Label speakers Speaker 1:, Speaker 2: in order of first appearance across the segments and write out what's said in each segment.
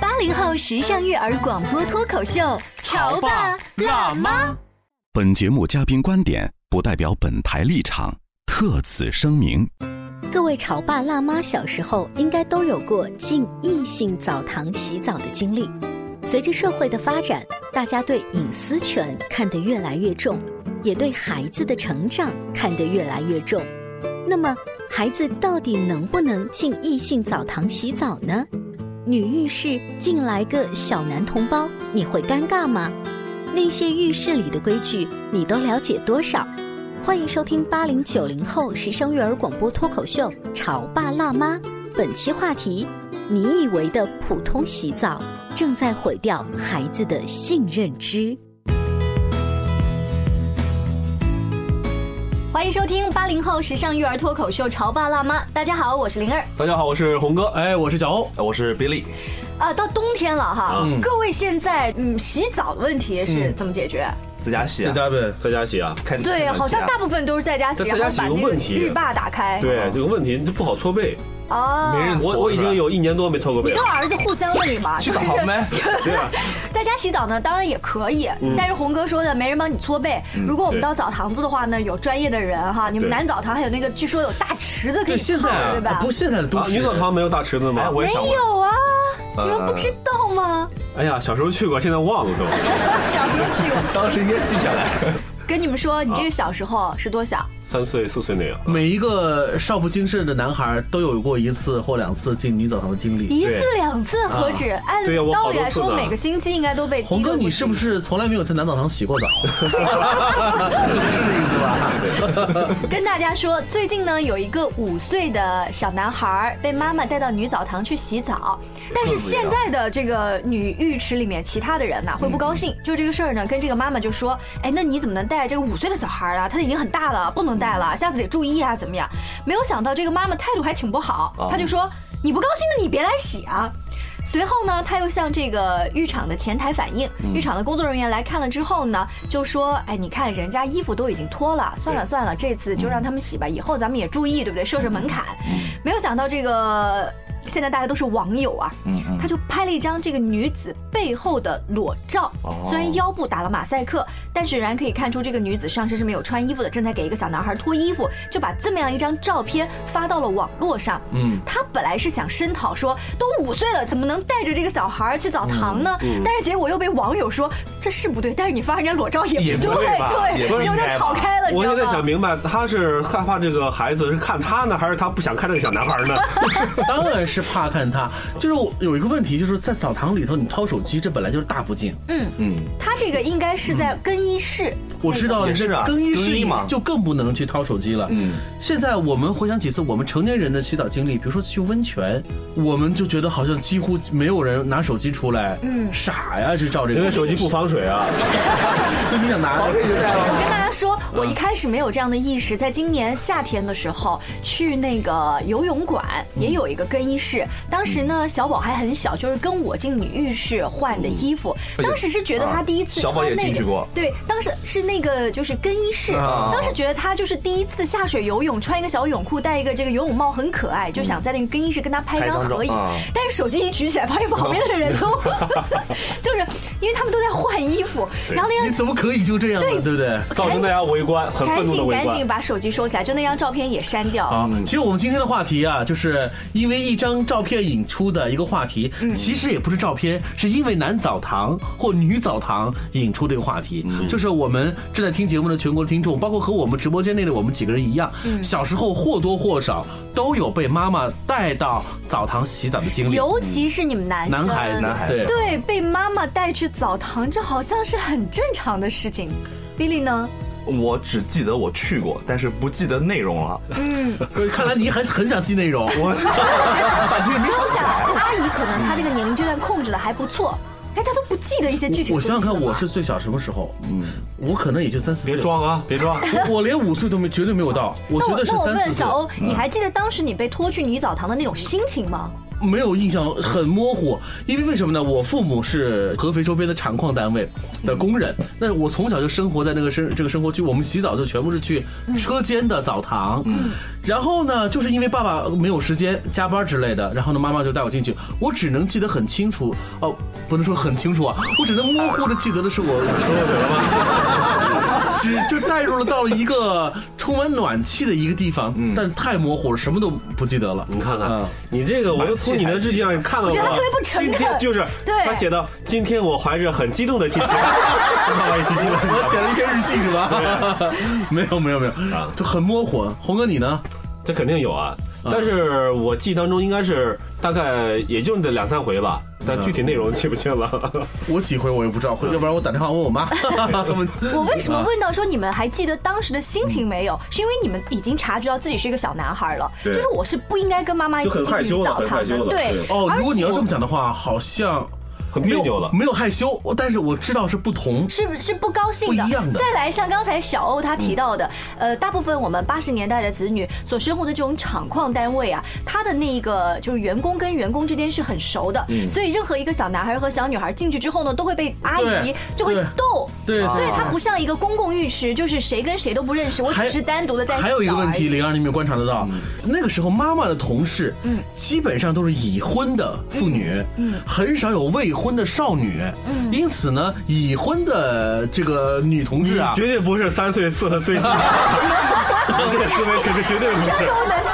Speaker 1: 八零后时尚育儿广播脱口秀，潮爸辣妈。
Speaker 2: 妈。
Speaker 3: 本节目嘉宾观点不代表本台立场，特此声明。
Speaker 4: 各位潮爸辣妈小时候应该都有过进异性澡堂洗澡的经历。随着社会的发展，大家对隐私权看得越来越重，也对孩子的成长看得越来越重。那么，孩子到底能不能进异性澡堂洗澡呢？女浴室进来个小男同胞，你会尴尬吗？那些浴室里的规矩，你都了解多少？欢迎收听八零九零后时尚育儿广播脱口秀《潮爸辣妈》。本期话题：你以为的普通洗澡，正在毁掉孩子的性认知。
Speaker 1: 欢迎收听八零后时尚育儿脱口秀《潮爸辣妈》。大家好，我是灵儿。
Speaker 5: 大家好，我是红哥，
Speaker 2: 哎，我是小欧，
Speaker 5: 我是比利。
Speaker 1: 啊，到冬天了哈，
Speaker 5: 嗯
Speaker 1: 各位现在嗯洗澡的问题是怎么解决？
Speaker 5: 在家洗、
Speaker 2: 在，家呗。
Speaker 5: 在家洗啊，开
Speaker 1: 对，好像大部分都是在家洗，
Speaker 5: 在
Speaker 1: 然
Speaker 5: 家
Speaker 1: 后
Speaker 5: 洗
Speaker 1: 把
Speaker 5: 有
Speaker 1: 那个
Speaker 5: 问题
Speaker 1: 浴霸打开。
Speaker 6: 对，
Speaker 7: 啊
Speaker 6: 这个问题就不好搓背，
Speaker 1: 啊，
Speaker 5: 我我已经有一年多没搓过背
Speaker 1: 你
Speaker 5: 了
Speaker 1: 跟。儿子互相问嘛，
Speaker 2: 去
Speaker 1: 就
Speaker 2: 澡
Speaker 1: 是
Speaker 2: 堂 呗
Speaker 5: 对啊，嗯
Speaker 1: 在家洗澡呢，当然也可以，但是红哥说的没人帮你搓背。如果我们
Speaker 5: 对
Speaker 1: 到澡堂子的话呢，有专业的人哈，你们
Speaker 5: 对
Speaker 1: 男澡堂还有那个据说有大池子可以
Speaker 6: 对，现在
Speaker 1: 泡对
Speaker 6: 啊
Speaker 1: 吧，
Speaker 6: 不，？现在的都
Speaker 5: 啊，
Speaker 6: 市
Speaker 5: 女澡堂没有大池子吗？
Speaker 6: 哎我也
Speaker 1: 没
Speaker 6: 想过
Speaker 1: 有啊，
Speaker 5: 呃
Speaker 1: 你们不知道吗？
Speaker 5: 哎呀，小时候去过，现在忘了都。
Speaker 1: 小时候去过，
Speaker 5: 当时应该记下来。
Speaker 1: 跟你们说，
Speaker 5: 啊
Speaker 1: 你这个小时候是多小？
Speaker 5: 三岁、四岁那样。
Speaker 6: 每一个少不经事的男孩都有过一次或两次进女澡堂的经历。
Speaker 1: 一次两次何止？按
Speaker 5: 啊对呀我
Speaker 1: 道
Speaker 5: 好
Speaker 1: 理
Speaker 5: 多
Speaker 1: 来
Speaker 5: 次
Speaker 1: 说，
Speaker 5: 呢
Speaker 1: 每个星期应该都被
Speaker 6: 红哥，你是不
Speaker 1: 是？
Speaker 6: 是从来没有在男澡堂洗 过澡？ 是这意思吧？
Speaker 1: 跟大家说，最近呢有一个五岁的小男孩儿被妈妈带到女澡堂去洗澡，但是现在的这个女浴池里面其他的人呢、会不高兴，就这个事儿呢跟这个妈妈就说，哎，那你怎么能带这个五岁的小孩儿啊？他已经很大了，不能带了，下次得注意啊，怎么样？没有想到这个妈妈态度还挺不好，她就说你不高兴的你别来洗啊。随后呢，他又向这个浴场的前台反映，浴场的工作人员来看了之后呢，就说：“哎，你看人家衣服都已经脱了，算了算了，这次就让他们洗吧，以后咱们也注意，对不对？设设门槛。”没有想到这个。现在大家都是网友啊，
Speaker 6: 嗯
Speaker 1: 他就拍了一张这个女子背后的裸照，
Speaker 6: 哦
Speaker 1: 虽然腰部打了马赛克，但是仍然可以看出这个女子上身是没有穿衣服的，正在给一个小男孩脱衣服，就把这么样一张照片发到了网络上。
Speaker 6: 嗯，
Speaker 1: 他本来是想声讨说，都五岁了，怎么能带着这个小孩儿去澡堂呢？
Speaker 6: 嗯
Speaker 1: 但是结果又被网友说这是不对，但是你发人家裸照也
Speaker 6: 也
Speaker 1: 不对，
Speaker 6: 不对吧
Speaker 1: 对，
Speaker 6: 也不
Speaker 1: 结果就吵开哎了，你
Speaker 5: 我
Speaker 1: 知
Speaker 5: 现在
Speaker 1: 道
Speaker 5: 想
Speaker 1: 吗？
Speaker 5: 明白，他是害怕这个孩子是看他呢，还是他不想看这个小男孩 呢？
Speaker 6: 当然是怕看他。就是我有一个问题，就是在澡堂里头你掏手机，这本来就是大不敬。
Speaker 1: 他这个应该是在更衣室，
Speaker 6: 我知道
Speaker 1: 那
Speaker 6: 你
Speaker 1: 个
Speaker 6: 是更衣室里就更不能去掏手机了。嗯，现在我们回想几次我们成年人的洗澡经历，比如说去温泉，我们就觉得好像几乎没有人拿手机出来。
Speaker 1: 嗯
Speaker 6: 傻呀，是照这个。
Speaker 5: 因为手机不防水啊。
Speaker 6: 所以你想拿 着就带
Speaker 1: 我跟大家说，
Speaker 2: 嗯
Speaker 1: 我一开始没有这样的意识，在今年夏天的时候去那个游泳馆
Speaker 2: 嗯
Speaker 1: 也有一个更衣室，当时呢小宝还很小，就是跟我进女浴室换的衣服，当时是觉得他第一次
Speaker 2: 嗯啊小宝
Speaker 1: 穿
Speaker 2: 也
Speaker 1: 那
Speaker 2: 进
Speaker 1: 个
Speaker 2: 去过啊
Speaker 1: 对，当时是那个就是更衣室，当时觉得他就是第一次下水游泳，穿一个小泳裤，戴一个这个游泳帽，很可爱，就
Speaker 2: 嗯
Speaker 1: 想在那个更衣室跟他拍张合影。
Speaker 2: 啊
Speaker 1: 但是手机一举起来，发现旁边的人都， 就是因为他们都在换衣服，然后那
Speaker 6: 你
Speaker 1: 张
Speaker 6: 怎么可以就这样呢？
Speaker 1: 对
Speaker 6: 对不对？
Speaker 5: 造成大家围观，很愤
Speaker 1: 赶
Speaker 5: 怒的
Speaker 1: 紧
Speaker 5: 围
Speaker 1: 赶紧
Speaker 5: 观。
Speaker 1: 把手机收起来，就那张照片也删掉。
Speaker 6: 嗯啊，其实我们今天的话题啊，就是因为一张张照片引出的一个话题，
Speaker 1: 嗯
Speaker 6: 其实也不是照片，是因为男澡堂或女澡堂引出这个话题。就是我们正在听节目的全国听众，包括和我们直播间内的我们几个人一样，
Speaker 1: 嗯
Speaker 6: 小时候或多或少都有被妈妈带到澡堂洗澡的经历。
Speaker 1: 尤其是你们男生，
Speaker 6: 男孩子，对。
Speaker 1: 对被妈妈带去澡堂，这好像是很正常的事情。Billy 呢？
Speaker 7: 我只记得我去过，但是不记得内容了。
Speaker 6: 对看来你很很想记内容。
Speaker 7: 半天也没
Speaker 1: 不
Speaker 7: 想
Speaker 1: 用
Speaker 7: 起
Speaker 1: 想，
Speaker 7: 来。
Speaker 1: 阿姨可能她这个年龄阶段控制的还不错，哎，她都不记得一些具体的东
Speaker 6: 我
Speaker 1: 西
Speaker 6: 想想看，
Speaker 1: 了
Speaker 6: 我是最小什么时候？嗯，我可能也就三四岁。
Speaker 5: 别装啊，别装。
Speaker 6: 我，我连五岁都没，绝对没有到。我
Speaker 1: 那
Speaker 6: 觉
Speaker 1: 我
Speaker 6: 得是
Speaker 1: 那我
Speaker 6: 三四
Speaker 1: 问
Speaker 6: 岁嗯
Speaker 1: 小，欧，你还记得当时你被拖去女澡堂的那种心情吗？
Speaker 6: 没有印象，很模糊。因为为什么呢？我父母是合肥周边的厂矿单位的工人，那我从小就生活在那个生这个生活区，我们洗澡就全部是去车间的澡堂。然后呢，就是因为爸爸没有时间加班之类的，然后呢，妈妈就带我进去。我只能记得很清楚，哦，不能说很清楚啊，我只能模糊的记得的是我
Speaker 5: 说对了吗？
Speaker 6: 只就带入了到了一个充满暖气的一个地方，但太模糊了，什么都不记得了。
Speaker 5: 你看看
Speaker 6: 嗯，
Speaker 5: 你这个，我又从你的日记上看到
Speaker 1: 我
Speaker 5: 了。
Speaker 1: 觉得他特别不诚恳
Speaker 5: 今天就是，
Speaker 1: 对
Speaker 5: 他写的，今天我怀着很激动的心情，跟爸爸一起进来。
Speaker 6: 我写了一篇日记是吧？ 没有没有没有
Speaker 5: 啊，
Speaker 6: 就很模糊。红哥你呢？
Speaker 5: 这肯定有啊，但是我记忆当中应该是大概也就那两三回吧，但具体内容记不清了。
Speaker 6: 我几回我也不知道，要不然我打电话问我妈。
Speaker 1: 我为什么问到说你们还记得当时的心情没
Speaker 6: 嗯
Speaker 1: 有？是因为你们已经察觉到自己是一个小男孩了，
Speaker 7: 对
Speaker 1: 就是我是不应该跟妈妈一
Speaker 7: 就
Speaker 1: 起
Speaker 7: 很害
Speaker 1: 进
Speaker 7: 羞
Speaker 1: 女
Speaker 7: 了
Speaker 1: 澡
Speaker 7: 很
Speaker 1: 堂
Speaker 7: 害羞
Speaker 1: 的。
Speaker 7: 了
Speaker 1: 对，
Speaker 6: 哦，
Speaker 1: 而
Speaker 6: 如果你要
Speaker 1: 且
Speaker 6: 这么讲的话，好像
Speaker 5: 很
Speaker 6: 没
Speaker 5: 别
Speaker 6: 有
Speaker 5: 扭了
Speaker 6: 没有害羞，我但是我知道是不同。
Speaker 1: 是不是不高兴的？
Speaker 6: 不一样的嗯
Speaker 1: 再来，像刚才小欧他提到的，呃，大部分我们八十年代的子女所生活的这种厂矿单位啊，他的那个就是员工跟员工之间是很熟的，
Speaker 6: 嗯
Speaker 1: 所以任何一个小男孩和小女孩进去之后呢，都会被阿姨
Speaker 6: 对
Speaker 1: 就会
Speaker 6: 对
Speaker 1: 逗。
Speaker 6: 对，
Speaker 1: 所以
Speaker 6: 对
Speaker 1: 它不像一个公共浴池，就是谁跟谁都不认识，我
Speaker 6: 还
Speaker 1: 只是单独的在洗澡
Speaker 6: 还有一个问
Speaker 1: 而
Speaker 6: 题，
Speaker 1: 已
Speaker 6: 玲儿，你没有观察得到，那个时候妈妈的同事，嗯，基本上都是已婚的妇女，嗯，很少有未婚的少女，嗯，因此呢，已婚的这个女同志啊，
Speaker 5: 绝对不是三岁四岁进的，这个思维可是绝对不是。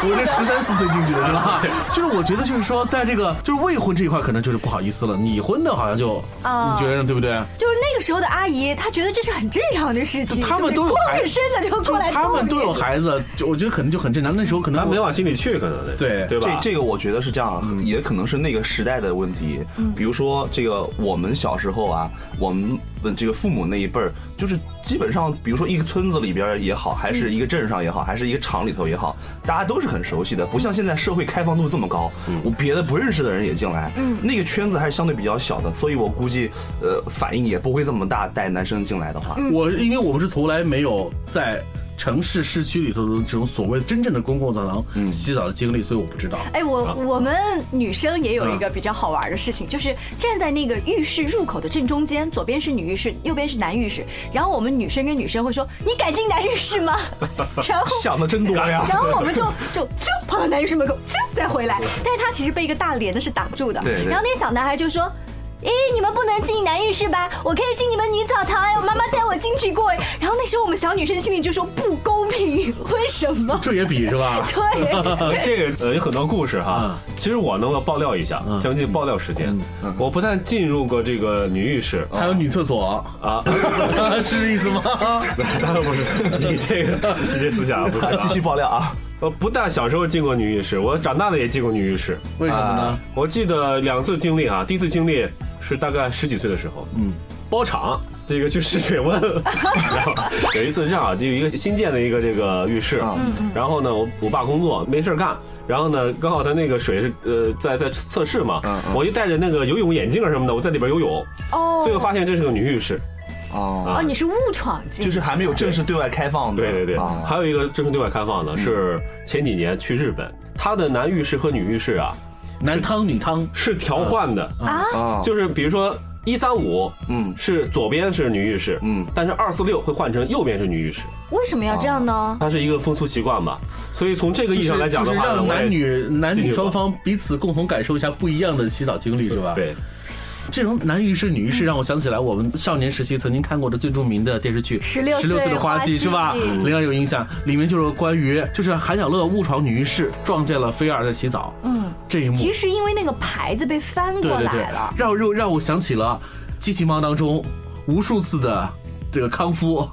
Speaker 6: 我这十三四岁进去的是吧？ 就是我觉得就是说，在这个就是未婚这一块，可能就是不好意思了，已婚的好像就，
Speaker 1: 啊
Speaker 6: 你觉得呢对不对？
Speaker 1: 就是那个时候的阿姨，她觉得这是很正常的事情，
Speaker 6: 他们都有
Speaker 1: 光
Speaker 6: 孩
Speaker 1: 着身子就
Speaker 6: 就
Speaker 1: 过来，
Speaker 6: 他们都有。孩子，就我觉得可能就很正常。那时候可能
Speaker 5: 咱
Speaker 6: 我
Speaker 5: 没往心里去，可能
Speaker 6: 对
Speaker 5: 对
Speaker 7: 这
Speaker 5: 吧？嗯
Speaker 7: 这个我觉得是这样，也可能是那个时代的问题。比如说这个我们小时候啊，我们呃这个父母那一辈儿，就是基本上，比如说一个村子里边儿也好，还是一个镇上也好，还是一个厂里头也好，大家都是很熟悉的，不像现在社会开放度这么高，
Speaker 5: 嗯
Speaker 7: 我别的不认识的人也进来，那个圈子还是相对比较小的，所以我估计呃反应也不会这么大，带男生进来的话，
Speaker 6: 我因为我们是从来没有在城市市区里头的这种所谓真正的公共澡
Speaker 5: 嗯
Speaker 6: 堂洗澡的经历，所以我不知道。
Speaker 1: 哎，我我们女生也有一个比较好玩的事情，就是站在那个浴室入口的正中间，左边是女浴室，右边是男浴室。然后我们女生跟女生会说：“你敢进男浴室吗？” 然后
Speaker 7: 想的真多呀。
Speaker 1: 然后我们就就就跑到男浴室门口，就再回来。但是他其实被一个大帘子是挡住的。
Speaker 7: 对对
Speaker 1: 然后那个小男孩就说。诶，你们不能进男浴室吧？我可以进你们女澡堂，哎，我妈妈带我进去过。然后那时候我们小女生心里就说不公平，为什么？？
Speaker 6: 这也比是 吧
Speaker 1: 对，
Speaker 5: 呃这个呃有很多故事哈。其实我能够爆料一下，将近爆料时间。我不但进入过这个女浴室
Speaker 6: 还有女厕所，
Speaker 5: 啊，
Speaker 6: 是这意思吗？
Speaker 5: 当然不是你这个 你这思想不是
Speaker 7: 啊，
Speaker 5: 啊。
Speaker 7: 继续爆料啊！
Speaker 5: 我不但小时候进过女浴室，我长大了也进过女浴室。
Speaker 6: 为什么呢？
Speaker 5: 我记得两次经历啊，第一次经历是大概十几岁的时候，嗯，包场。这个去试 水温，然后有一次是这样啊，就有一个新建的一个这个浴室，
Speaker 7: 嗯
Speaker 5: 然后呢，我我爸工作没事儿干，然后呢，刚好他那个水是呃在在测试嘛，
Speaker 7: 嗯
Speaker 5: 我就戴着那个游泳眼镜什么的，我在里边游泳，
Speaker 1: 哦
Speaker 5: 最后发现这是个女浴室，
Speaker 7: 哦，
Speaker 5: 啊
Speaker 1: 哦，你是误闯进，哦
Speaker 6: 哦
Speaker 7: 就是还没有正式对外开放的。
Speaker 5: 对对对，
Speaker 7: 啊
Speaker 5: 还有一个正式对外开放
Speaker 7: 嗯
Speaker 5: 的是前几年去日本，它的男浴室和女浴室啊
Speaker 6: 男汤女汤，
Speaker 5: 是调换的，
Speaker 7: 啊
Speaker 5: 就是比如说一三五，
Speaker 7: 嗯
Speaker 5: 是左边是女浴室，
Speaker 7: 嗯，
Speaker 5: 但是二四六会换成右边是女浴室，
Speaker 1: 为什么要这样呢？
Speaker 5: 它是一个风俗习惯吧。所以从这个
Speaker 6: 就
Speaker 5: 意义
Speaker 6: 是
Speaker 5: 上来
Speaker 6: 就
Speaker 5: 讲
Speaker 6: 是
Speaker 5: 的话呢，
Speaker 6: 让
Speaker 5: 我也
Speaker 6: 男女男
Speaker 5: 进
Speaker 6: 女
Speaker 5: 去过
Speaker 6: 双方彼此共同感受一下不一样的洗澡经历，是吧？，
Speaker 5: 对
Speaker 6: 这种男浴室、女浴室让我想起来我们少年时期曾经看过的最著名的电视剧《
Speaker 1: 16
Speaker 6: 六岁
Speaker 1: 岁
Speaker 6: 的
Speaker 1: 花
Speaker 6: 花季》，
Speaker 1: 季
Speaker 6: 是吧？
Speaker 1: 嗯
Speaker 6: 玲儿有印象，里面就是关于就是韩小乐误闯女浴室，撞见了菲儿在洗澡。
Speaker 1: 嗯，
Speaker 6: 这一幕。
Speaker 1: 其实因为那个牌子被翻
Speaker 6: 对
Speaker 1: 过
Speaker 6: 对对啊
Speaker 1: 来了，，
Speaker 6: 让让让我想起了《机器猫》当中无数次的这个康夫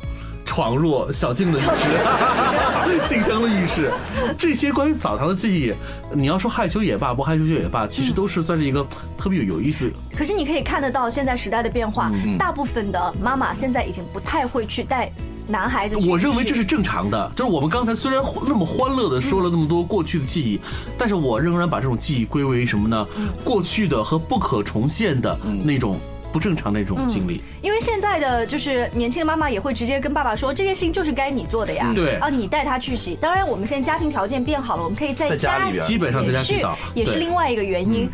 Speaker 6: 闯入小静的浴 室，静香的浴室，这些关于澡堂的记忆，你要说害羞也罢，不害羞也罢，其实都是算是一个特别有有意思。
Speaker 1: 可是你可以看得到现在时代的变化，
Speaker 6: 嗯嗯
Speaker 1: 大部分的妈妈现在已经不太会去带男孩子去浴室。
Speaker 6: 我认为这是正常的，就是我们刚才虽然欢那么欢乐的说了那么多过去的记忆，但是我仍然把这种记忆归为什么呢？
Speaker 1: 嗯
Speaker 6: 过去的和不可重现的那种不正常的那
Speaker 1: 嗯
Speaker 6: 种经历。
Speaker 1: 因为现在的就是年轻的妈妈也会直接跟爸爸说，这件事情就是该你做的呀，
Speaker 6: 嗯对
Speaker 1: 啊，你带他去洗。当然，我们现在家庭条件变好了，我们可以在
Speaker 6: 在家里边
Speaker 1: 洗
Speaker 6: 基本上在家
Speaker 1: 也是
Speaker 6: 洗澡
Speaker 1: 也是
Speaker 6: 对
Speaker 1: 另外一个原因。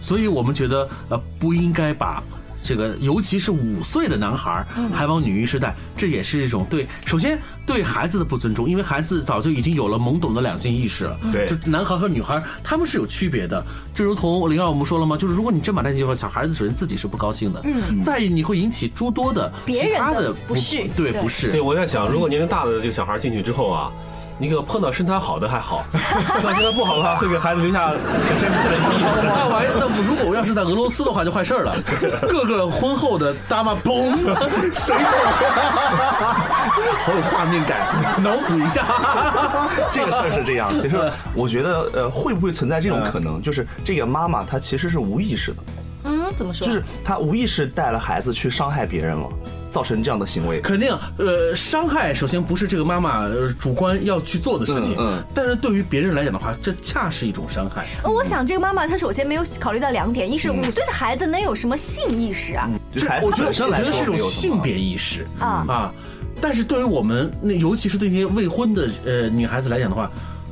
Speaker 6: 所以我们觉得呃不应该把。这个，尤其是五岁的男孩儿
Speaker 1: 嗯
Speaker 6: 还往女浴室带，这也是一种对，首先对孩子的不尊重，因为孩子早就已经有了懵懂的两性意识了。
Speaker 5: 对
Speaker 6: 就男孩和女孩他们是有区别的。就如同灵儿我们说了吗？就是如果你真把带进去的话，小孩子首先自己是不高兴的，
Speaker 5: 嗯
Speaker 6: 再你会引起诸多的
Speaker 5: 别
Speaker 6: 其
Speaker 5: 人
Speaker 6: 他
Speaker 5: 的
Speaker 6: 的
Speaker 5: 不适
Speaker 6: 对不适。
Speaker 5: 对，我在想，如果年龄大的这个小孩进去之后啊，你给我碰到身材好的 还好，碰到身材不好的话，会给孩子留下很深刻的阴影。
Speaker 6: 那玩意儿，那如果我要是在俄罗斯的话，就坏事儿了。各个婚后的大妈，嘣，谁好有画面感，脑补一下。
Speaker 7: 这个事儿是 这样，其实我觉得，呃，会不会存在这种可能，就是这个妈妈她其实是无意识的，
Speaker 1: 嗯，怎么说？
Speaker 7: 就是她无意识带了孩子去伤害别人了，造成这样的行为。
Speaker 6: 肯定，呃，伤害首先不是这个妈妈呃主观要去做的事情，
Speaker 7: 嗯嗯
Speaker 6: 但是对于别人来讲的话，这恰是一种伤害。
Speaker 1: 呃我想这个妈妈她首先没有考虑到两点，一是
Speaker 6: 嗯
Speaker 1: 五岁的孩子能有什么性意识啊？
Speaker 6: 这我觉得，我觉得是一种性别意识
Speaker 1: 啊
Speaker 6: 但是对于我们那，尤其是对那些未婚的呃女孩子来讲的话，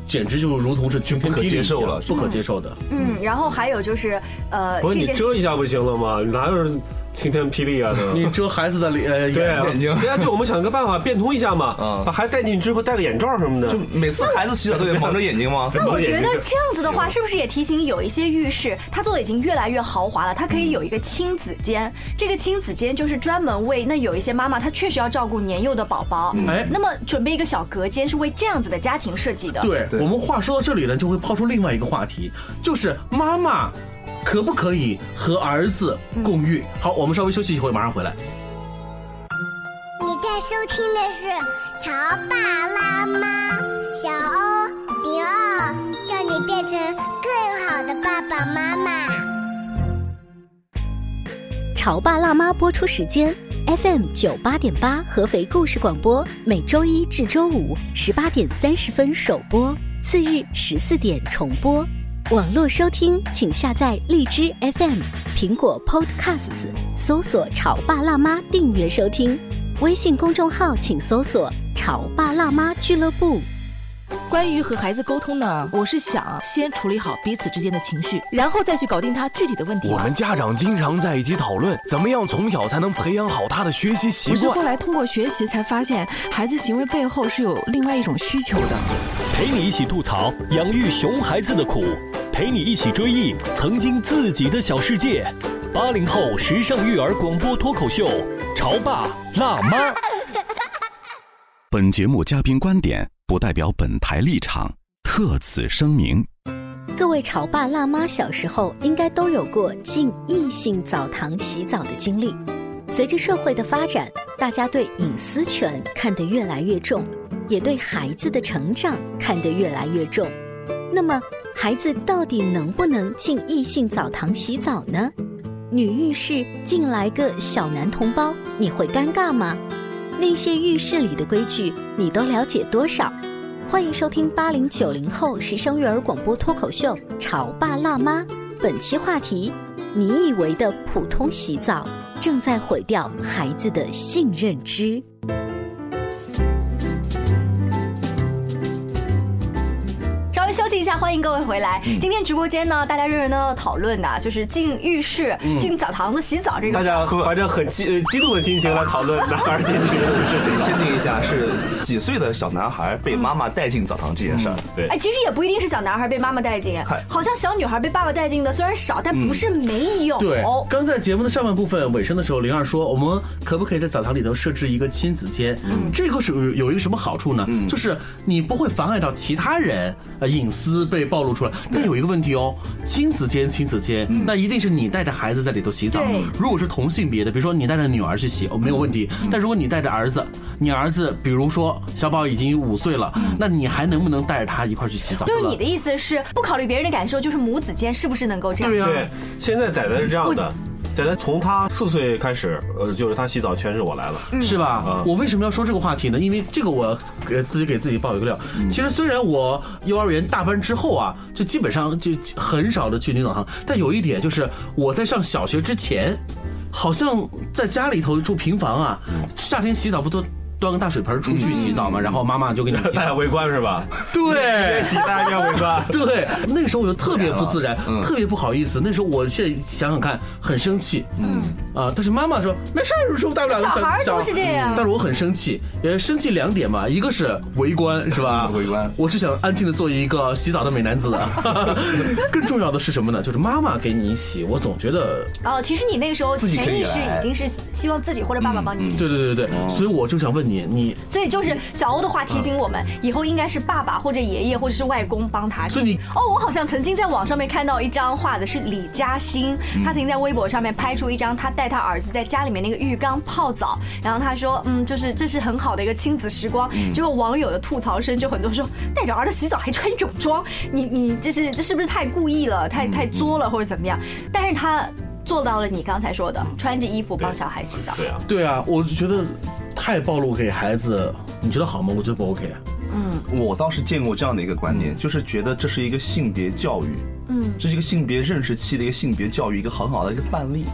Speaker 6: 简直就如同是晴天
Speaker 5: 不可
Speaker 6: 霹雳一
Speaker 5: 接
Speaker 6: 样
Speaker 5: 受了
Speaker 6: 不可接受的。
Speaker 1: 嗯，然后还有就是呃，
Speaker 5: 不是
Speaker 1: 这
Speaker 5: 你
Speaker 1: 件事
Speaker 5: 遮一下不行了吗？哪有晴天霹雳啊？
Speaker 8: 嗯
Speaker 6: 你遮孩子的脸，呃
Speaker 5: 对
Speaker 9: 啊
Speaker 6: 眼睛
Speaker 5: 人家对我们想个办法变通一下
Speaker 8: 嗯
Speaker 5: 嘛，把孩子带进去之后戴个眼罩什么的。
Speaker 7: 就每次孩子洗澡都 得蒙着眼睛吗
Speaker 1: 那我觉得这样子的话，是不是也提醒有一些浴室，它做的已经越来越豪华了，它可以有一个亲子间，这个亲子间就是专门为那有一些妈妈，她确实要照顾年幼的宝宝，
Speaker 6: 嗯哎
Speaker 1: 那么准备一个小隔间是为这样子的家庭设计的。
Speaker 6: 对，我们话说到这里呢，就会抛出另外一个话题，就是妈妈可不可以和儿子共浴？好，我们稍微休息一会儿，马上回来。
Speaker 10: 你在收听的是《潮爸辣妈》，小欧零二，叫你变成更好的爸爸妈妈。
Speaker 4: 《潮爸辣妈》播出时间：FM 九八点八合肥故事广播，每周一至周五十八点三十分首播，次日十四点重播。网络收听，请下载荔枝 FM、苹果 Podcasts，搜索“潮爸辣妈”订阅收听。微信公众号请搜索“潮爸辣妈俱乐部”。
Speaker 11: 关于和孩子沟通呢，我是想先处理好彼此之间的情绪，然后再去搞定他具体的问题。
Speaker 9: 我们家长经常在一起讨论，怎么样从小才能培养好他的学习习
Speaker 12: 我是后
Speaker 9: 惯。
Speaker 12: 来通过学习才发现，孩子行为背后是有另外一种需求的。
Speaker 8: 陪你一起吐槽养育熊孩子的苦，陪你一起追忆曾经自己的小世界。八零后时尚育儿广播脱口秀，《潮爸辣妈》。
Speaker 3: 本节目嘉宾观点不代表本台立场，特此声明。
Speaker 4: 各位潮爸辣妈小时候应该都有过进异性澡堂洗澡的经历。随着社会的发展，大家对隐私权看得越来越重，也对孩子的成长看得越来越重。那么，孩子到底能不能进异性澡堂洗澡呢？女浴室进来个小男同胞，你会尴尬吗？那些浴室里的规矩，你都了解多少？欢迎收听八零九零后时尚育儿广播脱口秀《潮爸辣妈》。本期话题：你以为的普通洗澡，正在毁掉孩子的性认知。
Speaker 1: 稍微休息一下，欢迎各位回来。
Speaker 6: 嗯
Speaker 1: 今天直播间呢，大家热热闹闹地讨论呐、就是进浴室、
Speaker 5: 嗯
Speaker 1: 进澡堂子洗澡这个
Speaker 5: 大
Speaker 1: 事儿。
Speaker 5: 家怀着很激呃激动的心情来讨论男孩进去的 事情。
Speaker 7: 限定一下，是几岁的小男孩被妈妈带进澡堂这件事儿？
Speaker 5: 嗯
Speaker 7: 对
Speaker 1: 哎，其实也不一定是小男孩被妈妈带进，啊好像小女孩被爸爸带进的虽然少，但不是没有。
Speaker 6: 嗯对，刚在节目的上半部分尾声的时候，灵儿说，我们可不可以在澡堂里头设置一个亲子间？
Speaker 1: 嗯
Speaker 6: 这个是有有一个什么好处呢？就是你不会妨碍到其他人呃隐私私被暴露出来。但有一个问题哦，亲子间亲子间，
Speaker 1: 嗯
Speaker 6: 那一定是你带着孩子在里头洗澡
Speaker 13: 对。
Speaker 6: 如果是同性别的，比如说你带着女儿去洗，哦
Speaker 1: 嗯
Speaker 6: 没有问题。但如果你带着儿子，你儿子比如说小宝已经五岁了，那你还能不能带着他一块儿去洗
Speaker 1: 嗯
Speaker 6: 澡？
Speaker 1: 就是你的意思是不考虑别人的感受，就是母子间是不是能够这样？
Speaker 6: 啊
Speaker 5: 对， 现在仔仔是这样的，仔仔从他四岁开始，呃，就是他洗澡全是我 来了，
Speaker 6: 是吧
Speaker 5: 啊？
Speaker 6: 我为什么要说这个话题呢？因为这个我给自己给自己爆一个料。其实虽然我幼儿园大班之后啊，就基本上就很少的去女澡堂，但有一点就是我在上小学之前，好像在家里头住平房啊，夏天洗澡不都。端个大水盆出去洗澡嘛，然后妈妈就给你
Speaker 5: 大 家围观是吧？
Speaker 6: 对，
Speaker 5: 哎洗大家围 观。
Speaker 6: 对，那个时候我就特别不自然，
Speaker 5: 嗯
Speaker 6: 特别不好意思。那时候我现在想想看，很生气。嗯啊，但是妈妈说没事儿，有什么大不了的。
Speaker 1: 小孩儿
Speaker 6: 小
Speaker 1: 都是这样
Speaker 6: 嗯但是我很生气，呃，生气两点嘛，一个是围观是吧？
Speaker 1: 嗯
Speaker 6: 围观。我是想安静的做一个洗澡的美男子。啊 更重要的是什么呢？就是妈妈给你洗，我总觉得
Speaker 1: 哦，其实你那个时候
Speaker 6: 自己可
Speaker 1: 潜
Speaker 6: 以
Speaker 1: 意识
Speaker 6: 来嗯
Speaker 1: 已经是希望自己或者爸爸帮你洗。
Speaker 6: 对对对对
Speaker 1: 哦
Speaker 6: 对，所以我就想问你，你
Speaker 1: 所以就是小欧的话提醒我们，
Speaker 6: 嗯
Speaker 1: 以后应该是爸爸或者爷爷或者是外公帮他洗。
Speaker 6: 所以你
Speaker 1: 哦，我好像曾经在网上面看到一张画的是李嘉欣，
Speaker 6: 嗯
Speaker 1: 他曾经在微博上面拍出一张他带他儿子在家里面那个浴缸泡澡，然后他说，嗯，就是这是很好的一个亲子时光。
Speaker 14: 嗯
Speaker 1: 结果网友的吐槽声就很多，说带着儿子洗澡还穿泳装，你你这是这是不是太故意了，太
Speaker 6: 嗯
Speaker 1: 太作了或者怎么样？但是他做到了你刚才说的，穿着衣服帮小孩洗澡。
Speaker 5: 啊，
Speaker 6: 对啊，我就觉得太暴露给孩子，你觉得好吗？我觉得不 OK 啊。
Speaker 1: 嗯
Speaker 7: 我倒是见过这样的一个观点，就是觉得这是一个性别教育，
Speaker 1: 嗯，
Speaker 7: 这是一个性别认识期的一个性别教育，一个很好的一个范例，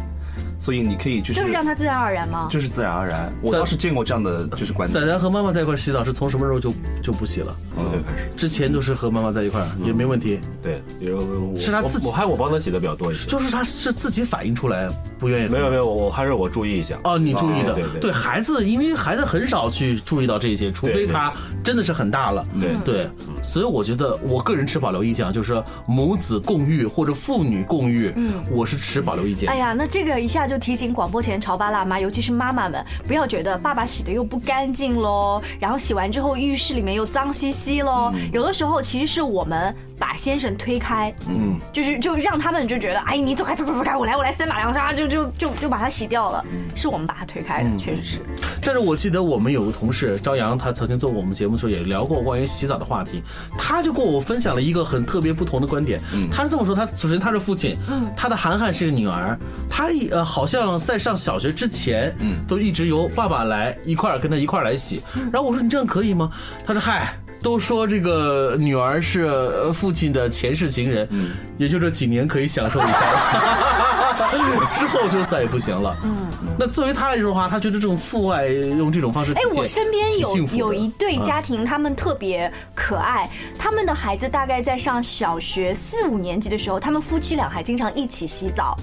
Speaker 7: 所以你可以就是
Speaker 1: 就是让他自然而然吗？
Speaker 7: 就是自然而然。我倒是见过这样的就是观
Speaker 6: 仔
Speaker 7: 点，
Speaker 6: 仔和妈妈在一块洗澡是从什么时候就就不洗了？
Speaker 5: 四岁开始，
Speaker 6: 之前都是和妈妈在一块儿也没问题。
Speaker 5: 对，比如我
Speaker 6: 是他自己
Speaker 5: 我我还我帮他洗的比较多一些，
Speaker 6: 就是他是自己反应出来不愿意。
Speaker 5: 没有没有，我还是我注意一下。
Speaker 6: 哦，你注意的，
Speaker 5: 对对
Speaker 6: 孩子，因为孩子很少去注意到这些，除非他真的是很大了。
Speaker 5: 对
Speaker 6: 对，所以我觉得我个人持保留意见啊，就是说母子共浴或者父女共浴，
Speaker 1: 嗯
Speaker 6: 我是持保留意见。
Speaker 1: 哎呀，那这个一下就提醒广播前潮爸辣妈，尤其是妈妈们，不要觉得爸爸洗的又不干净喽，然后洗完之后浴室里面又脏兮兮喽。有的时候其实是我们把先生推开，
Speaker 5: 嗯，
Speaker 1: 就是就让他们就觉得，哎，你走开走开走开，我来我来三把两沙，就就就就把它洗掉了。是我们把它推开的，确实是。
Speaker 6: 但是我记得我们有个同事朝阳，他曾经做过我们节目的时候也聊过关于洗澡的话题，他就跟我分享了一个很特别不同的观点。他是这么说，他首先他是父亲，
Speaker 13: 嗯
Speaker 6: 他的涵涵是个女儿，他一呃好像在上小学之前，嗯，都一直由爸爸来一块儿跟他一块儿来洗。然后我说你这样可以吗？他说嗨。都说这个女儿是呃父亲的前世情人，也就这几年可以享受一下 了，之后就再也不行了。
Speaker 1: 嗯，
Speaker 6: 那作为他来说的话，他觉得这种父爱用这种方式体
Speaker 1: 哎
Speaker 6: 现，，
Speaker 1: 我身边
Speaker 6: 挺
Speaker 1: 有
Speaker 6: 幸福的
Speaker 1: 有一对家
Speaker 6: 嗯
Speaker 1: 庭，他们特别可爱，他们的孩子大概在上小学四五年级的时候，他们夫妻俩还经常一起洗澡。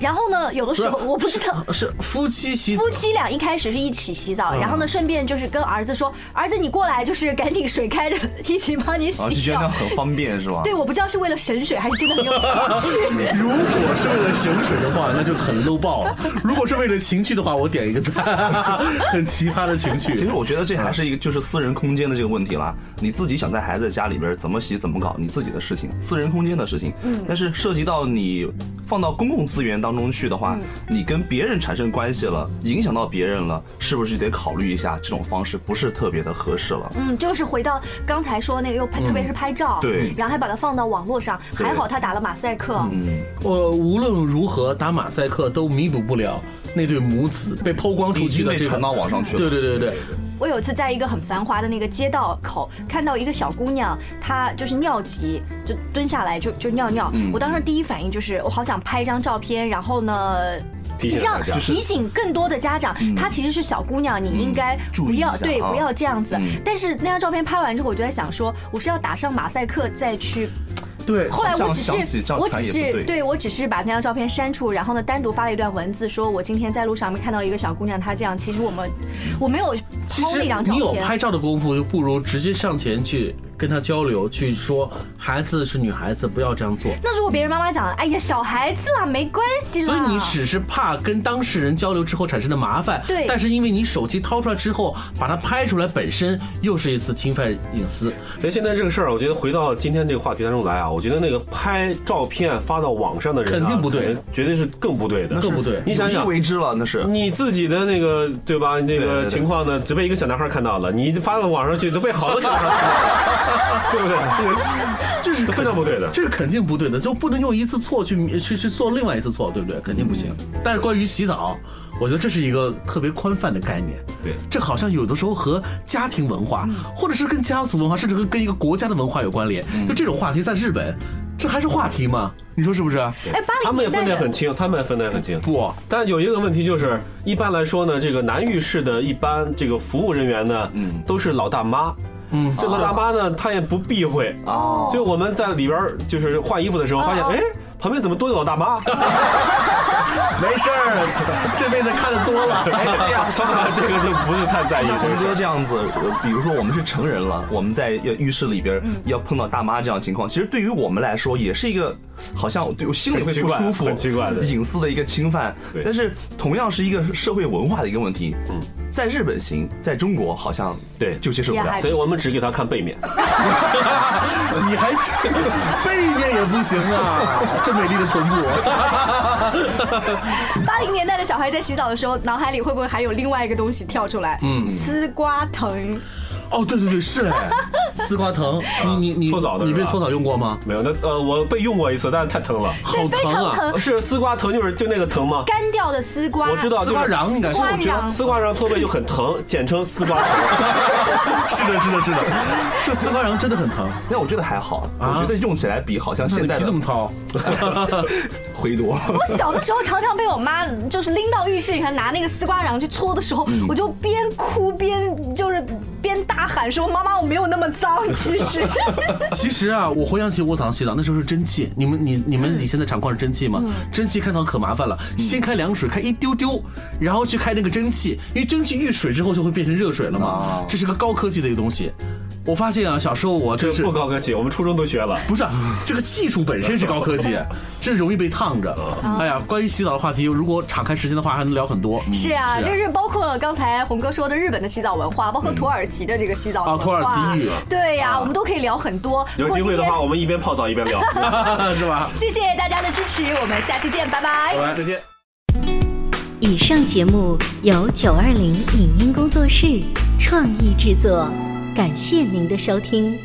Speaker 1: 然后呢，有的时候
Speaker 6: 不是啊呃
Speaker 1: 我不知道。
Speaker 6: 是夫妻洗
Speaker 1: 夫妻俩一开始是一起洗澡，
Speaker 6: 嗯
Speaker 1: 然后呢，顺便就是跟儿子说：“儿子，你过来，就是赶紧水开着，一起帮你洗
Speaker 6: 哦
Speaker 5: 哦
Speaker 7: 啊，就觉得
Speaker 1: 澡。
Speaker 7: 那很方便是吧？
Speaker 1: 对，我不知道是为了省水还是真的很有情 趣。
Speaker 6: 如果是为了省水的话，那就很 low 爆了；如果是为了情趣的话，我点一个赞， 很奇葩的情趣。
Speaker 7: 其实我觉得这还是一个就是私人空间的这个问题啦。你自己想在孩子家里边儿怎么洗怎么搞，你自己的事情，私人空间的事情。
Speaker 13: 嗯
Speaker 7: 但是涉及到你放到公共资源当中去的
Speaker 1: 嗯
Speaker 7: 话，你跟别人产生关系了，影响到别人了，是不是就得考虑一下这种方式不是特别的合适了？
Speaker 1: 嗯，就是回到刚才说那个，又拍，
Speaker 7: 嗯
Speaker 1: 特别是拍照，
Speaker 7: 对
Speaker 1: 然后还把它放到网络上，
Speaker 6: 对
Speaker 1: 还好他打了马赛克，
Speaker 7: 嗯，
Speaker 6: 我无论如何打马赛克都弥补不了那对母子被抛光出去的
Speaker 7: 已经被
Speaker 6: 这个
Speaker 7: 传到网上去了
Speaker 6: 对对对对对，
Speaker 1: 我有一次在一个很繁华的那个街道口，看到一个小姑娘，她就是尿急，就蹲下来就就尿尿。
Speaker 6: 嗯
Speaker 1: 我当时第一反应就是，哦我好想拍一张照片，然后呢。
Speaker 6: 提醒
Speaker 1: 让
Speaker 6: 大家嗯
Speaker 1: 提醒更多的家长，她其实是小姑娘，你应该不要、
Speaker 7: 注意一下
Speaker 1: 对
Speaker 7: 啊
Speaker 1: 不要这样子。
Speaker 7: 嗯
Speaker 1: 但是那张照片拍完之后，我就在想说，我是要打上马赛克再去
Speaker 6: 对
Speaker 1: 后来我只
Speaker 7: 想起
Speaker 1: 是
Speaker 7: 这样
Speaker 1: 我
Speaker 7: 传
Speaker 1: 只
Speaker 7: 也
Speaker 1: 是
Speaker 7: 不对
Speaker 1: 我只是把那张照片删除，然后呢单独发了一段文字，说我今天在路上面看到一个小姑娘，她这样，其实我们我没有
Speaker 6: 其
Speaker 1: 抛
Speaker 6: 实
Speaker 1: 那张照
Speaker 6: 你有
Speaker 1: 片。
Speaker 6: 拍照的功夫，就不如直接上前去跟他交流，去说孩子是女孩子，不要这样做。
Speaker 1: 那如果别人妈妈讲，哎呀，小孩子啦，没关系啦。
Speaker 6: 所以你只是怕跟当事人交流之后产生的麻烦，
Speaker 1: 对
Speaker 6: 但是因为你手机掏出来之后，把它拍出来，本身又是一次侵犯隐私。
Speaker 7: 所以现在这个事儿，我觉得回到今天这个话题当中来啊，我觉得那个拍照片发到网上的人、啊
Speaker 6: 肯定不对，
Speaker 7: 绝对是更不对的，
Speaker 6: 那是更不对
Speaker 7: 你想想，
Speaker 5: 有意为之了，那是
Speaker 7: 你自己的那个对吧？那
Speaker 5: 对对
Speaker 7: 个
Speaker 5: 对
Speaker 7: 情况呢，只被一个小男孩看到了，你发到网上去都被好多小男孩看到了，对不对？
Speaker 6: 这是
Speaker 7: 非常不对的
Speaker 6: 这是肯定不对的，就不能用一次错去去去做另外一次错，对不对？肯定不行。
Speaker 7: 嗯
Speaker 6: 但是关于洗澡，我觉得这是一个特别宽泛的概念。
Speaker 7: 对，
Speaker 6: 这好像有的时候和家庭文化，或者是跟家族文化，甚至跟跟一个国家的文化有关联。
Speaker 7: 嗯
Speaker 6: 就这种话题，在日本，这还是话题吗？你说是不是？
Speaker 1: 哎八零
Speaker 7: 他们也
Speaker 1: 年代
Speaker 7: 分得
Speaker 1: 的
Speaker 7: 很清，他们也分得很清。
Speaker 6: 不，
Speaker 7: 但有一个问题就是，一般来说呢，这个男浴室的一般这个服务人员呢，都是老大妈。
Speaker 6: 嗯
Speaker 7: 这老大妈呢，她也不避讳。
Speaker 5: 哦
Speaker 7: 就我们在里边儿就是换衣服的时候，发现哎，旁边怎么多个老大妈？
Speaker 6: 没事儿，这辈子看的多了。
Speaker 7: 哎对呀这个就不是太在意
Speaker 5: 像
Speaker 7: 这
Speaker 5: 红
Speaker 7: 个事
Speaker 5: 哥
Speaker 7: 儿
Speaker 5: 这样子，呃比如说我们是成人了，我们在浴室里边要碰到大妈这样的情况，其实对于我们来说也是一个好像对我心里
Speaker 7: 很奇
Speaker 5: 会不
Speaker 7: 怪
Speaker 5: 舒服、
Speaker 7: 很奇怪的
Speaker 5: 隐私的一个侵犯
Speaker 7: 对。
Speaker 5: 但是同样是一个社会文化的一个问题。嗯，在日本行，在中国好像
Speaker 7: 对
Speaker 5: 就接受不
Speaker 1: 也还
Speaker 5: 了
Speaker 1: 不，
Speaker 7: 所以哎我们只给他看背面。
Speaker 6: 你还背面也不行 啊，这美丽的臀部。
Speaker 1: 八零年代的小孩在洗澡的时候，脑海里会不会还有另外一个东西跳出来？
Speaker 6: 嗯
Speaker 1: 丝瓜藤。
Speaker 6: 哦，对对对，是哎， 丝瓜藤，你你你
Speaker 7: 搓澡的是吧
Speaker 6: 你被搓澡用过吗？
Speaker 7: 没有，那呃，我被用过一次，但是太疼了，
Speaker 6: 好
Speaker 1: 非
Speaker 6: 疼
Speaker 1: 常
Speaker 6: 啊！
Speaker 1: 疼，
Speaker 7: 是丝瓜疼，就是就那个疼吗？
Speaker 1: 干掉的丝瓜。
Speaker 7: 我知道，
Speaker 6: 丝瓜瓤应该啊是
Speaker 1: 丝瓜
Speaker 7: 我知道
Speaker 1: 瓤
Speaker 7: 丝瓜瓤搓背就很疼，简称丝瓜瓤。
Speaker 6: 是的，是的，是的， 这丝瓜瓤真的很疼。
Speaker 5: 那我觉得还好，
Speaker 6: 啊
Speaker 5: 我觉得用起来比好像现在
Speaker 6: 你
Speaker 5: 的
Speaker 6: 怎么 操？
Speaker 5: 回多了。
Speaker 1: 我小的时候常常被我妈就是拎到浴室里头拿那个丝瓜瓤去搓的时候，我就边哭边就是边大喊说：“妈妈，我没有那么脏。”其实，
Speaker 6: 其实啊，我回想起我早上洗澡那时候是蒸汽，你们你你们以前的厂矿是蒸汽吗？蒸汽开澡可麻烦了，先开凉水，开一丢丢，然后去开那个蒸汽，因为蒸汽遇水之后就会变成热水了嘛，这是个高科技的一个东西。我发现啊，小时候我
Speaker 7: 这
Speaker 6: 真
Speaker 7: 个
Speaker 6: 是
Speaker 7: 不高科技，我们初中都学了。
Speaker 6: 不是啊，这个技术本身是高科技，这容易被烫着。哎呀，关于洗澡的话题，如果敞开时间的话，还能聊很多。嗯
Speaker 1: 是啊，就是包括刚才红哥说的日本的洗澡文化，包括土耳其的这个洗澡文化。
Speaker 6: 啊土耳其浴
Speaker 1: 对呀，我们都可以聊很多。
Speaker 7: 有
Speaker 1: 不过
Speaker 7: 机会
Speaker 1: 今
Speaker 7: 的
Speaker 1: 天
Speaker 7: 话，我们一边泡澡一边聊。
Speaker 6: 是吧？
Speaker 1: 谢谢大家的支持，我们下期见，拜拜
Speaker 7: 好。吧，再见。
Speaker 4: 以上节目由九二零影音工作室创意制作，感谢您的收听。